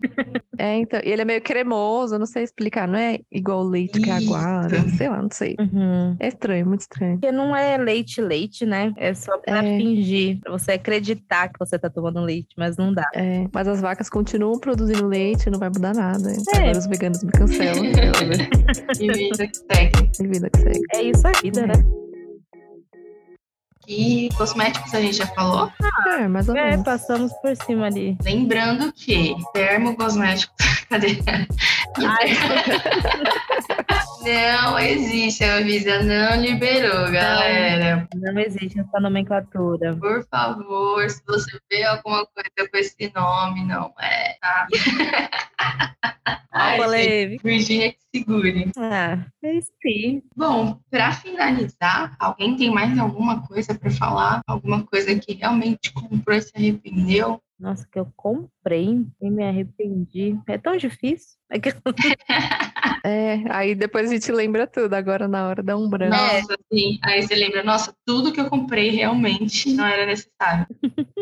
Speaker 3: É, então. E ele é meio cremoso, não sei explicar. Não é igual leite que
Speaker 2: Isso.
Speaker 3: aguarda. Sei lá, não sei.
Speaker 1: uhum.
Speaker 3: É estranho, muito estranho.
Speaker 1: Porque não é leite, leite, né? É só pra
Speaker 3: É.
Speaker 1: fingir, pra você acreditar que você tá tomando leite, mas não dá.
Speaker 3: É, mas as vacas continuam produzindo leite, não vai mudar nada.
Speaker 1: É.
Speaker 3: Agora os veganos me cancelam. sei lá, né?
Speaker 2: E vida que segue.
Speaker 3: Que vida que segue.
Speaker 1: É isso a vida, né?
Speaker 2: E cosméticos a gente já falou.
Speaker 3: É, mais ou
Speaker 1: É,
Speaker 3: menos.
Speaker 1: passamos por cima ali.
Speaker 2: Lembrando que dermo cosmético. <laughs> Cadê? Não existe, a Anvisa não liberou, galera.
Speaker 1: Não existe essa nomenclatura.
Speaker 2: Por favor, se você vê alguma coisa com esse nome, não é, tá? <laughs> Ai, gente,
Speaker 1: Polêmica.
Speaker 2: Virgínia que segure.
Speaker 1: Ah, é isso aí.
Speaker 2: Bom, pra finalizar, alguém tem mais alguma coisa pra falar? Alguma coisa que realmente comprou e se arrependeu?
Speaker 1: Nossa, que eu comprei e me arrependi. É tão difícil. É que- <laughs>
Speaker 3: É, aí depois a gente lembra tudo. Agora na hora dá um branco.
Speaker 2: Nossa, sim. Aí você lembra, nossa, tudo que eu comprei realmente não era necessário.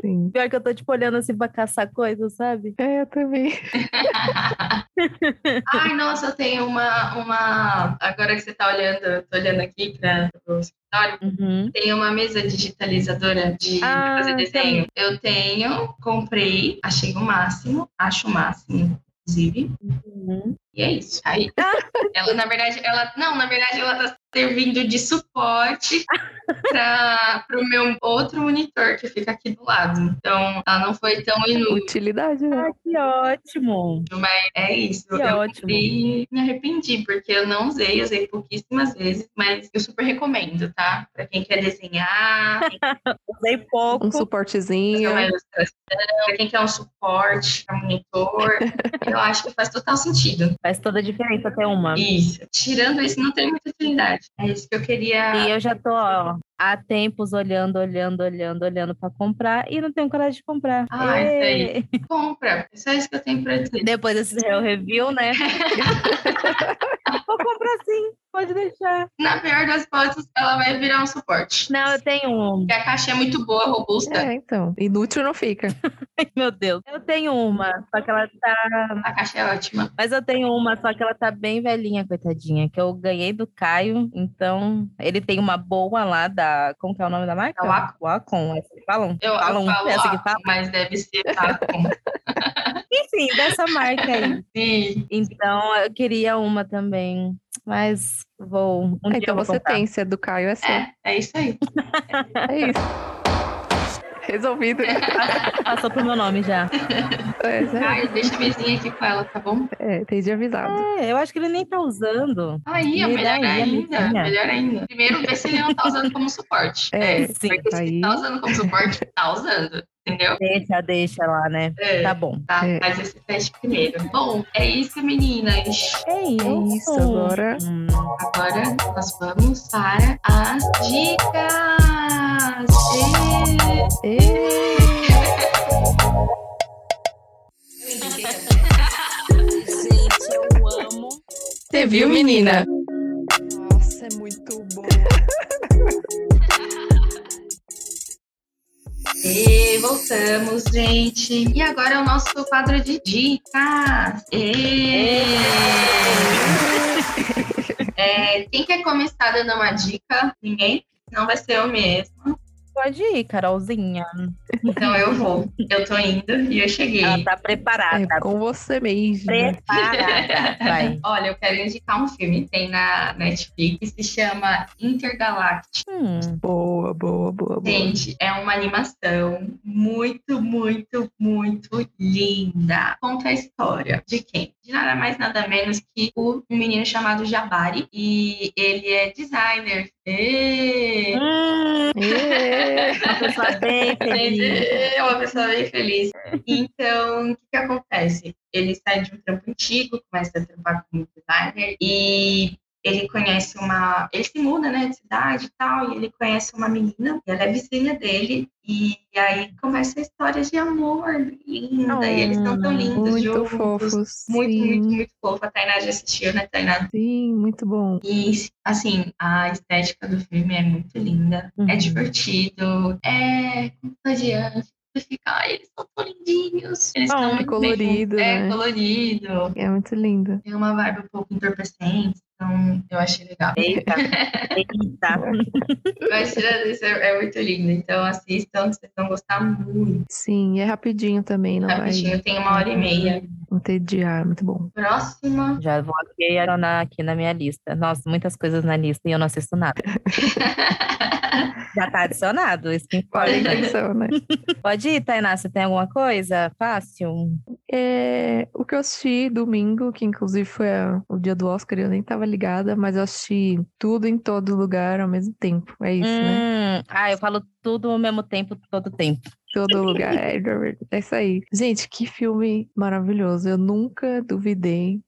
Speaker 3: Sim.
Speaker 1: Pior que eu tô tipo olhando assim pra caçar coisa, sabe?
Speaker 3: É, eu também.
Speaker 2: Ai, nossa, eu tenho uma, uma. Agora que você tá olhando, eu tô olhando aqui para o escritório,
Speaker 1: Uhum.
Speaker 2: tem uma mesa digitalizadora de
Speaker 1: Ah,
Speaker 2: fazer desenho. Eu tenho, comprei, achei o máximo, acho o máximo, inclusive.
Speaker 1: Uhum.
Speaker 2: E é isso.
Speaker 1: <laughs>
Speaker 2: Aí, ela, na verdade, ela. Não, na verdade, ela tá servindo de suporte para o meu outro monitor que fica aqui do lado. Então, ela não foi tão inútil.
Speaker 3: Utilidade, né?
Speaker 1: Ah, que ótimo.
Speaker 2: É isso.
Speaker 1: Que
Speaker 2: eu
Speaker 1: ótimo.
Speaker 2: comprei e me arrependi, porque eu não usei, usei pouquíssimas vezes, mas eu super recomendo, tá? Pra quem quer desenhar, quem quer
Speaker 1: Usei pouco.
Speaker 3: Um
Speaker 2: fazer
Speaker 1: <laughs>
Speaker 3: suportezinho.
Speaker 2: uma ilustração, pra quem quer um suporte, pra monitor. eu acho que faz total sentido.
Speaker 1: Faz toda a diferença ter uma.
Speaker 2: Isso. Tirando isso, não tem muita utilidade. É isso que eu queria.
Speaker 1: E eu já tô ó, há tempos olhando, olhando, olhando, olhando pra comprar e não tenho coragem de comprar.
Speaker 2: Ah, isso aí.
Speaker 1: Ê!
Speaker 2: Compra. Isso é isso que eu tenho pra dizer.
Speaker 1: Depois desse real review, né? <laughs> Vou comprar sim, pode deixar.
Speaker 2: Na pior das hipóteses, ela vai virar um suporte.
Speaker 1: Não, eu tenho um.
Speaker 2: Porque a caixa é muito boa, robusta.
Speaker 3: É, então. Inútil não fica.
Speaker 1: Ai, Meu Deus. Eu tenho uma, só que ela tá.
Speaker 2: A caixa é ótima.
Speaker 1: Mas eu tenho uma, só que ela tá bem velhinha, coitadinha. Que eu ganhei do Caio. Então, ele tem uma boa lá da. Como que é o nome da marca?
Speaker 2: Da Wacom.
Speaker 1: Wacom, é assim que falam.
Speaker 2: Eu, eu
Speaker 1: Falam,
Speaker 2: falo,
Speaker 1: é assim que
Speaker 2: ó,
Speaker 1: fala?
Speaker 2: mas deve ser tá, com
Speaker 1: Enfim, dessa marca aí.
Speaker 2: Sim,
Speaker 1: Então, eu queria uma também. Mas vou. Um
Speaker 3: Ah,
Speaker 1: dia eu
Speaker 3: então
Speaker 1: vou
Speaker 3: você
Speaker 1: comprar.
Speaker 3: tem, se é do Caio, é seu. É,
Speaker 2: é, é isso aí.
Speaker 3: isso. Resolvido.
Speaker 1: <laughs> Passou pro meu nome já.
Speaker 3: É, é,
Speaker 2: Ai, deixa a mesinha aqui com ela, tá bom?
Speaker 3: é, entendi avisado.
Speaker 1: É, eu acho que ele nem tá usando.
Speaker 2: Aí, é
Speaker 1: Me dá
Speaker 2: melhor
Speaker 1: aí,
Speaker 2: ainda,
Speaker 1: amiguinha.
Speaker 2: melhor ainda. Primeiro, vê se ele não tá usando como suporte.
Speaker 3: É,
Speaker 1: sim,
Speaker 2: porque se
Speaker 3: aí-
Speaker 2: tá usando como suporte, tá usando, entendeu?
Speaker 1: Deixa, deixa lá, né?
Speaker 2: É,
Speaker 1: Tá
Speaker 2: tá,
Speaker 1: bom.
Speaker 3: É.
Speaker 2: faz esse teste primeiro. Bom, é isso, meninas.
Speaker 1: É isso.
Speaker 3: É isso, agora.
Speaker 1: Hum.
Speaker 2: Agora, nós vamos para as dicas. Ê!
Speaker 3: Ê,
Speaker 4: Gente, eu amo.
Speaker 2: Você viu, menina?
Speaker 3: Nossa, é muito bom.
Speaker 2: E voltamos, gente. E agora é o nosso quadro de dicas. Ê! É, quem quer começar dando uma dica? Ninguém? Não vai ser eu mesmo.
Speaker 1: Pode ir, Carolzinha.
Speaker 2: Então eu vou. Eu tô indo e eu cheguei.
Speaker 1: Ela tá preparada.
Speaker 3: É com você mesmo.
Speaker 1: Preparada. Vai.
Speaker 2: Olha, eu quero indicar um filme que tem na Netflix que se chama Intergalactic.
Speaker 1: <laughs> Hum,
Speaker 3: Boa, boa, boa, boa.
Speaker 2: Gente, é uma animação muito, muito, muito linda. Conta a história de quem? De nada mais, nada menos que o- um menino chamado Jabari. E ele é designer. Ê!
Speaker 1: hum,
Speaker 3: Ê,
Speaker 1: uma pessoa bem feliz.
Speaker 2: É uma pessoa bem feliz.
Speaker 3: É.
Speaker 2: Então, o que, que acontece? Ele sai de um trampo antigo, começa a trampar como designer e ele conhece uma. Ele se muda, né, de cidade e tal, e ele conhece uma menina, e ela é vizinha dele, e aí começa a história de amor linda, e eles estão tão lindos
Speaker 3: Ah, Muito
Speaker 2: juntos.
Speaker 3: fofos.
Speaker 2: Muito,
Speaker 3: sim.
Speaker 2: muito, muito fofo. A Tainá já assistiu, né, Tainá?
Speaker 3: Sim, muito bom.
Speaker 2: E, assim, a estética do filme é muito linda, é
Speaker 1: Uhum.
Speaker 2: divertido, é contagiante. Você fica, ai, eles são tão lindinhos. Eles
Speaker 1: Bom,
Speaker 2: estão
Speaker 1: é
Speaker 2: muito
Speaker 3: Ah, colorido,
Speaker 2: bem,
Speaker 3: né?
Speaker 2: É, colorido.
Speaker 3: É muito linda.
Speaker 2: Tem uma vibe um pouco entorpecente, então eu achei legal.
Speaker 3: <laughs>
Speaker 1: Eita, eita.
Speaker 2: Mas tirando isso, é, é muito lindo. Então assistam, vocês vão gostar muito.
Speaker 3: Sim, e é rapidinho também, não vai
Speaker 2: Rapidinho, tem uma hora e meia.
Speaker 3: entediar. Muito bom.
Speaker 2: Próxima.
Speaker 1: Já vou aqui anotar aqui na minha lista. Nossa, muitas coisas na lista e eu não assisto <laughs> nada. Já tá adicionado, isso que importa.
Speaker 3: <laughs> Vale a intenção, né?
Speaker 1: Pode ir, Tainá, você tem alguma coisa? Fácil?
Speaker 3: É, o que eu assisti domingo, que inclusive foi a- o dia do Oscar, eu nem tava ligada, mas eu assisti tudo em todo lugar ao mesmo tempo. É isso, né?
Speaker 1: Hum, Ah, eu falo tudo ao mesmo tempo, todo tempo.
Speaker 3: Todo lugar. É, é isso aí. Gente, que filme maravilhoso. Eu nunca
Speaker 1: <laughs>
Speaker 3: duvidei.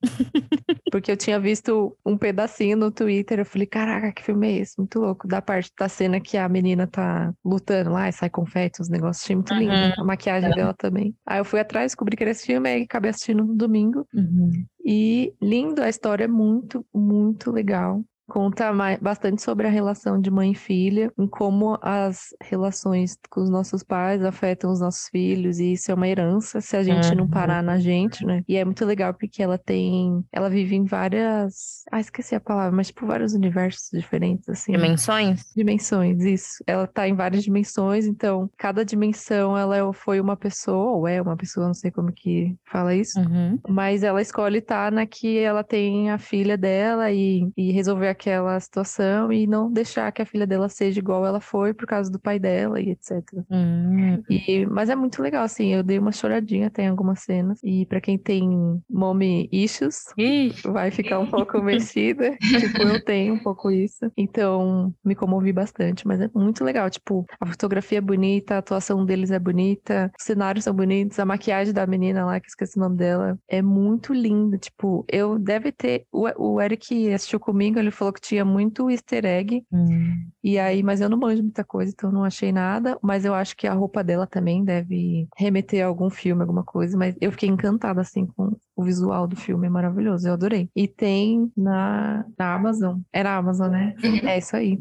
Speaker 3: Porque eu tinha visto um pedacinho no Twitter. Eu falei, caraca, que filme é esse? Muito louco. Da parte da cena que a menina tá lutando lá e sai confete, os negócios. Achei muito lindo.
Speaker 1: Uhum.
Speaker 3: A maquiagem dela também. Aí eu fui atrás, descobri que era esse filme. Aí acabei assistindo no domingo.
Speaker 1: Uhum.
Speaker 3: E lindo, a história é muito, muito legal. Conta mai- bastante sobre a relação de mãe e filha, em como as relações com os nossos pais afetam os nossos filhos, e isso é uma herança se a gente não
Speaker 1: Uhum.
Speaker 3: parar na gente, né? E é muito legal porque ela tem. Ela vive em várias. Ah, esqueci a palavra, mas tipo vários universos diferentes, assim.
Speaker 1: Dimensões?
Speaker 3: Dimensões, isso. Ela tá em várias dimensões, então cada dimensão ela é- foi uma pessoa, ou é uma pessoa, não sei como que fala isso.
Speaker 1: Uhum.
Speaker 3: Mas ela escolhe estar na que ela tem a filha dela e, e resolver aquela situação e não deixar que a filha dela seja igual ela foi por causa do pai dela e etc.
Speaker 1: Hum.
Speaker 3: E, mas é muito legal, assim. Eu dei uma choradinha até em algumas cenas. E pra quem tem mommy issues,
Speaker 1: Ih,
Speaker 3: vai ficar um pouco mexida. tipo, eu tenho um pouco isso. Então, me comovi bastante, mas é muito legal. Tipo, a fotografia é bonita, a atuação deles é bonita, os cenários são bonitos, a maquiagem da menina lá, que eu esqueci o nome dela, é muito linda. Tipo, eu deve ter. O, o Eric assistiu comigo, ele falou que tinha muito easter egg.
Speaker 1: hum.
Speaker 3: E aí, mas eu não manjo muita coisa, então não achei nada. Mas eu acho que a roupa dela também deve remeter a algum filme, alguma coisa. Mas eu fiquei encantada, assim, com o visual do filme. É maravilhoso, eu adorei. E tem na, na Amazon. É na Amazon, né? É isso aí.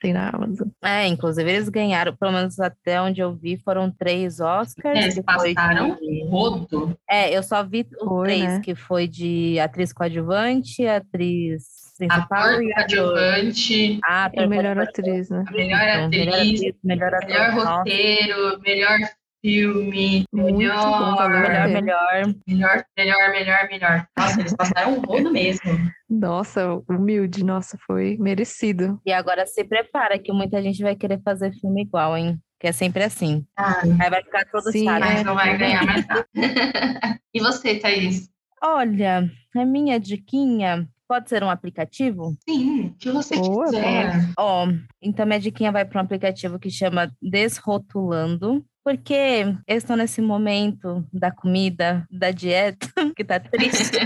Speaker 3: Tem na Amazon.
Speaker 1: É, inclusive eles ganharam, pelo menos até onde eu vi, foram três
Speaker 3: É
Speaker 1: Oscars.
Speaker 2: Eles
Speaker 1: que foi
Speaker 2: passaram um
Speaker 1: de-
Speaker 2: Rodo.
Speaker 1: É, eu só vi os
Speaker 3: Foi,
Speaker 1: três,
Speaker 3: né?
Speaker 1: que foi de atriz coadjuvante, atriz principal
Speaker 2: Ator
Speaker 1: e ator.
Speaker 2: coadjuvante,
Speaker 1: Ah,
Speaker 3: É
Speaker 1: ator
Speaker 3: melhor
Speaker 1: coadjuvante,
Speaker 3: atriz, né?
Speaker 2: a melhor
Speaker 1: então, melhor
Speaker 2: atriz,
Speaker 1: atriz, melhor ator.
Speaker 2: melhor
Speaker 1: nossa,
Speaker 2: roteiro, melhor filme,
Speaker 3: Muito bom,
Speaker 2: melhor,
Speaker 3: tá
Speaker 1: melhor,
Speaker 3: roteiro.
Speaker 1: melhor.
Speaker 2: melhor, melhor, melhor, melhor. Nossa, eles passaram um rodo <laughs> mesmo.
Speaker 3: Nossa, humilde, nossa, foi merecido.
Speaker 1: E agora se prepara que muita gente vai querer fazer filme igual, hein? Que é sempre assim.
Speaker 2: Ah,
Speaker 1: Aí vai ficar todo
Speaker 3: Sim,
Speaker 1: chato.
Speaker 2: mas
Speaker 3: é,
Speaker 2: não vai
Speaker 3: também.
Speaker 2: ganhar mais nada. e você, Thaís?
Speaker 1: Olha, a minha diquinha pode ser um aplicativo?
Speaker 2: Sim, o que você
Speaker 3: Boa,
Speaker 2: quiser.
Speaker 1: Ó, então minha diquinha vai para um aplicativo que chama Desrotulando. Porque eu estou nesse momento da comida, da dieta, <laughs> que tá triste.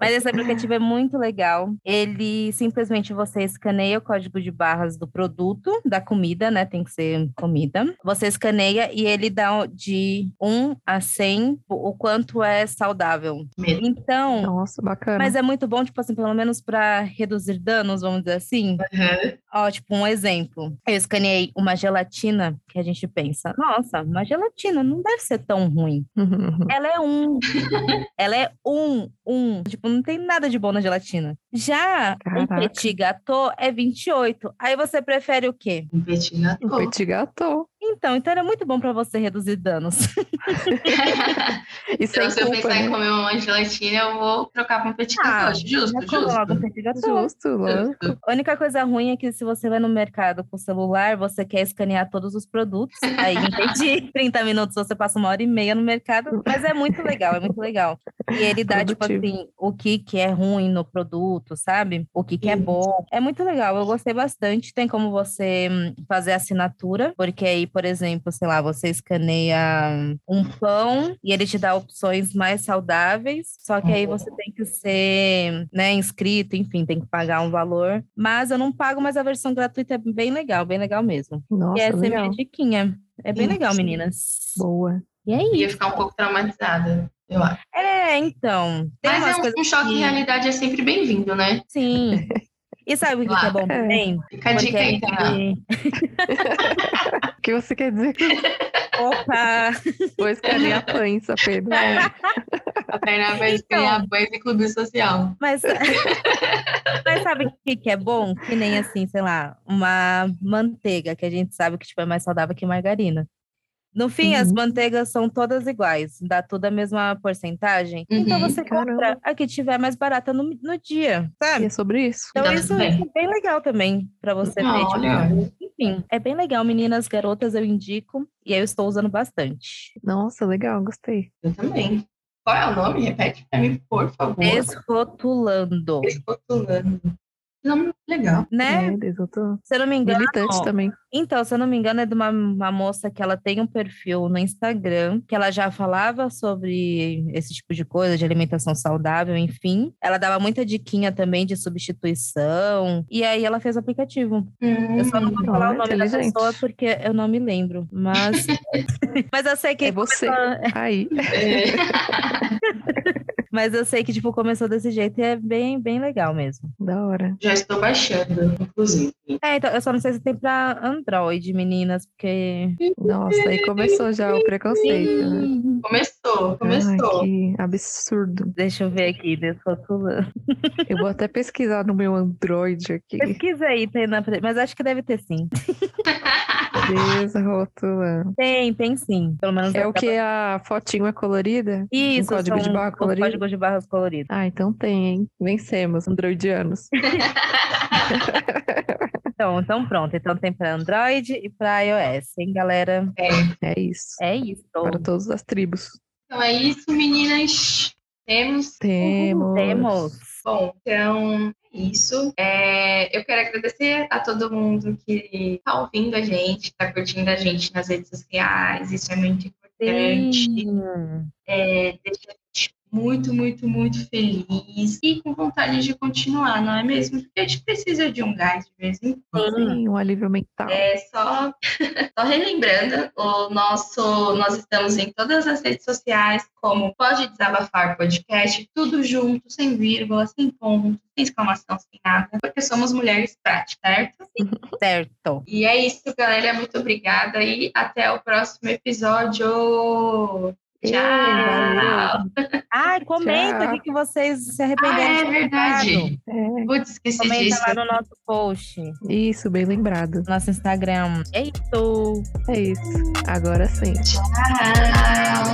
Speaker 1: Mas esse aplicativo é muito legal. Ele simplesmente você escaneia o código de barras do produto, da comida, né? Tem que ser comida. Você escaneia e ele dá de 1 a 100 o quanto é saudável.
Speaker 2: Mesmo.
Speaker 1: Então,
Speaker 3: Nossa, bacana.
Speaker 1: mas é muito bom, tipo assim, pelo menos para reduzir danos, vamos dizer assim.
Speaker 2: Aham.
Speaker 1: Ó, tipo, um exemplo. Eu escaneei uma gelatina que a gente pensa, nossa, uma gelatina não deve ser tão ruim.
Speaker 3: <laughs>
Speaker 1: Ela é um. Ela é um, um. Tipo, não tem nada de bom na gelatina. Já um
Speaker 3: Caraca.
Speaker 1: petit gâteau é 28. Aí você prefere o quê?
Speaker 2: Um petit
Speaker 3: Um
Speaker 2: gâteau.
Speaker 3: petit gâteau.
Speaker 1: Então, então era muito bom para você reduzir danos.
Speaker 3: E
Speaker 2: Então, <laughs>
Speaker 3: sem
Speaker 2: se eu
Speaker 3: culpa,
Speaker 2: pensar em
Speaker 3: né?
Speaker 2: comer uma gelatina, eu vou trocar pra um petit
Speaker 1: Ah,
Speaker 2: gâteau. Justo,
Speaker 1: Já
Speaker 2: justo.
Speaker 1: come logo um petit gâteau.
Speaker 3: Justo, lógico.
Speaker 2: justo.
Speaker 1: A única coisa ruim é que se você vai no mercado com o celular, você quer escanear todos os produtos. Aí entendi. 30 minutos você passa uma hora e meia no mercado, mas é muito legal, é muito legal. E ele dá, tipo
Speaker 3: Produtivo.
Speaker 1: assim, o que, que é ruim no produto, sabe? O que, que é
Speaker 2: Isso.
Speaker 1: bom. É muito legal, eu gostei bastante. Tem como você hum, fazer assinatura, porque aí, por por exemplo, sei lá, você escaneia um pão e ele te dá opções mais saudáveis, só que aí você tem que ser, né, inscrito, enfim, tem que pagar um valor. Mas eu não pago, mas a versão gratuita é bem legal, bem legal mesmo.
Speaker 3: Nossa,
Speaker 1: e essa é
Speaker 3: legal.
Speaker 1: minha diquinha. É bem
Speaker 2: Sim,
Speaker 1: legal,
Speaker 2: sim.
Speaker 1: meninas.
Speaker 3: Boa.
Speaker 1: E é
Speaker 2: Ia
Speaker 1: isso.
Speaker 2: ficar um pouco traumatizada, eu acho.
Speaker 1: É, então. Tem
Speaker 2: Mas
Speaker 1: umas
Speaker 2: é um,
Speaker 1: coisas
Speaker 2: um choque
Speaker 1: que-
Speaker 2: de realidade é sempre bem-vindo, né?
Speaker 1: Sim. E sabe o que, que é bom também?
Speaker 2: Fica a
Speaker 1: é?
Speaker 2: dica então.
Speaker 1: <laughs>
Speaker 2: aí, Tainá.
Speaker 1: gente-
Speaker 3: O que você quer dizer?
Speaker 1: Opa!
Speaker 3: Vou escanear pães apenas.
Speaker 2: É. A Tainá vai
Speaker 1: Então.
Speaker 2: ganhar banho de clube social.
Speaker 1: Mas, <laughs> mas sabe o que, que é bom? Que nem assim, sei lá, uma manteiga, que a gente sabe que tipo, é mais saudável que margarina. No fim, as
Speaker 3: Uhum.
Speaker 1: manteigas são todas iguais, dá tudo a mesma porcentagem. Então
Speaker 2: Uhum.
Speaker 1: você compra
Speaker 3: Caramba.
Speaker 1: a que tiver mais barata no, no dia,
Speaker 3: E
Speaker 1: sabe?
Speaker 3: é sobre isso?
Speaker 1: Então
Speaker 2: Tá
Speaker 1: isso,
Speaker 2: tudo bem.
Speaker 1: isso é bem legal também, pra você
Speaker 2: Ah,
Speaker 1: ver. tipo,
Speaker 2: olha.
Speaker 1: enfim, é bem legal, meninas, garotas, eu indico. E aí eu estou usando bastante.
Speaker 3: Nossa, legal, gostei.
Speaker 2: Eu também. Qual é o nome? Repete pra mim, por favor.
Speaker 1: Desrotulando,
Speaker 2: Desrotulando. Que Nome legal.
Speaker 1: né?
Speaker 3: Meu É, Deus, eu tô
Speaker 1: Se eu não me engano,
Speaker 3: militante também.
Speaker 1: Então, se eu não me engano, é de uma, uma moça que ela tem um perfil no Instagram, que ela já falava sobre esse tipo de coisa, de alimentação saudável, enfim. Ela dava muita diquinha também de substituição. E aí ela fez o aplicativo. Eu só não vou
Speaker 3: Hum,
Speaker 1: falar o
Speaker 3: olha,
Speaker 1: nome da
Speaker 3: inteligente.
Speaker 1: pessoa porque eu não me lembro. Mas, <laughs> mas eu sei que.
Speaker 3: É você.
Speaker 1: começou- né?
Speaker 3: Aí.
Speaker 2: É,
Speaker 1: Mas eu sei que, tipo, começou desse jeito e é bem, bem legal mesmo.
Speaker 3: Da hora.
Speaker 2: já estou baixando, inclusive.
Speaker 1: É, então, eu só não sei se tem pra Android, meninas, porque.
Speaker 3: Nossa, aí começou já o preconceito, né?
Speaker 2: Começou,
Speaker 3: Ai,
Speaker 2: começou.
Speaker 3: que absurdo.
Speaker 1: Deixa eu ver aqui, desrotulando.
Speaker 3: Eu vou até pesquisar no meu Android aqui.
Speaker 1: Pesquisa aí, Tainá, pra- mas acho que deve ter sim.
Speaker 3: Desrotulando.
Speaker 1: Tem, tem sim. Pelo menos
Speaker 3: É o
Speaker 1: acaba-
Speaker 3: que a fotinho é colorida?
Speaker 1: Isso,
Speaker 3: código de
Speaker 1: são
Speaker 3: barra
Speaker 1: os
Speaker 3: colorido?
Speaker 1: códigos de barras coloridas.
Speaker 3: Ah, então tem, hein? Vencemos, androidianos.
Speaker 1: Então, então pronto. Então tem para Android e para iOS, hein, galera?
Speaker 3: É isso.
Speaker 1: É isso.
Speaker 3: Para todas as tribos.
Speaker 2: Então é isso, meninas. Temos.
Speaker 3: Temos.
Speaker 1: Temos.
Speaker 2: Bom, então é isso. É, eu quero agradecer a todo mundo que está ouvindo a gente, está curtindo a gente nas redes sociais. Isso é muito importante.
Speaker 1: Sim.
Speaker 2: É, deixa a gente muito, muito, muito feliz e com vontade de continuar, não é mesmo? Porque a gente precisa de um gás de vez em quando.
Speaker 3: Sim, um alívio mental.
Speaker 2: É só, <laughs> só relembrando, o nosso, nós estamos em todas as redes sociais, como Pode Desabafar Podcast, tudo junto, sem vírgula, sem ponto, sem exclamação, sem nada, porque somos mulheres práticas, certo?
Speaker 1: Certo.
Speaker 2: E é isso, galera. Muito obrigada e até o próximo episódio.
Speaker 3: Ei,
Speaker 2: Tchau.
Speaker 3: valeu.
Speaker 1: Ai, comenta
Speaker 3: Tchau.
Speaker 1: o que que vocês se
Speaker 2: Ah,
Speaker 1: arrependeram.
Speaker 2: é
Speaker 1: de ter
Speaker 2: verdade.
Speaker 1: escutado.
Speaker 3: É,
Speaker 2: Putz, esqueci
Speaker 1: Comenta
Speaker 2: disso.
Speaker 1: lá no nosso post, no
Speaker 3: isso, bem lembrado.
Speaker 1: nosso Instagram. É isso.
Speaker 3: É isso. Agora sim.
Speaker 2: Tchau.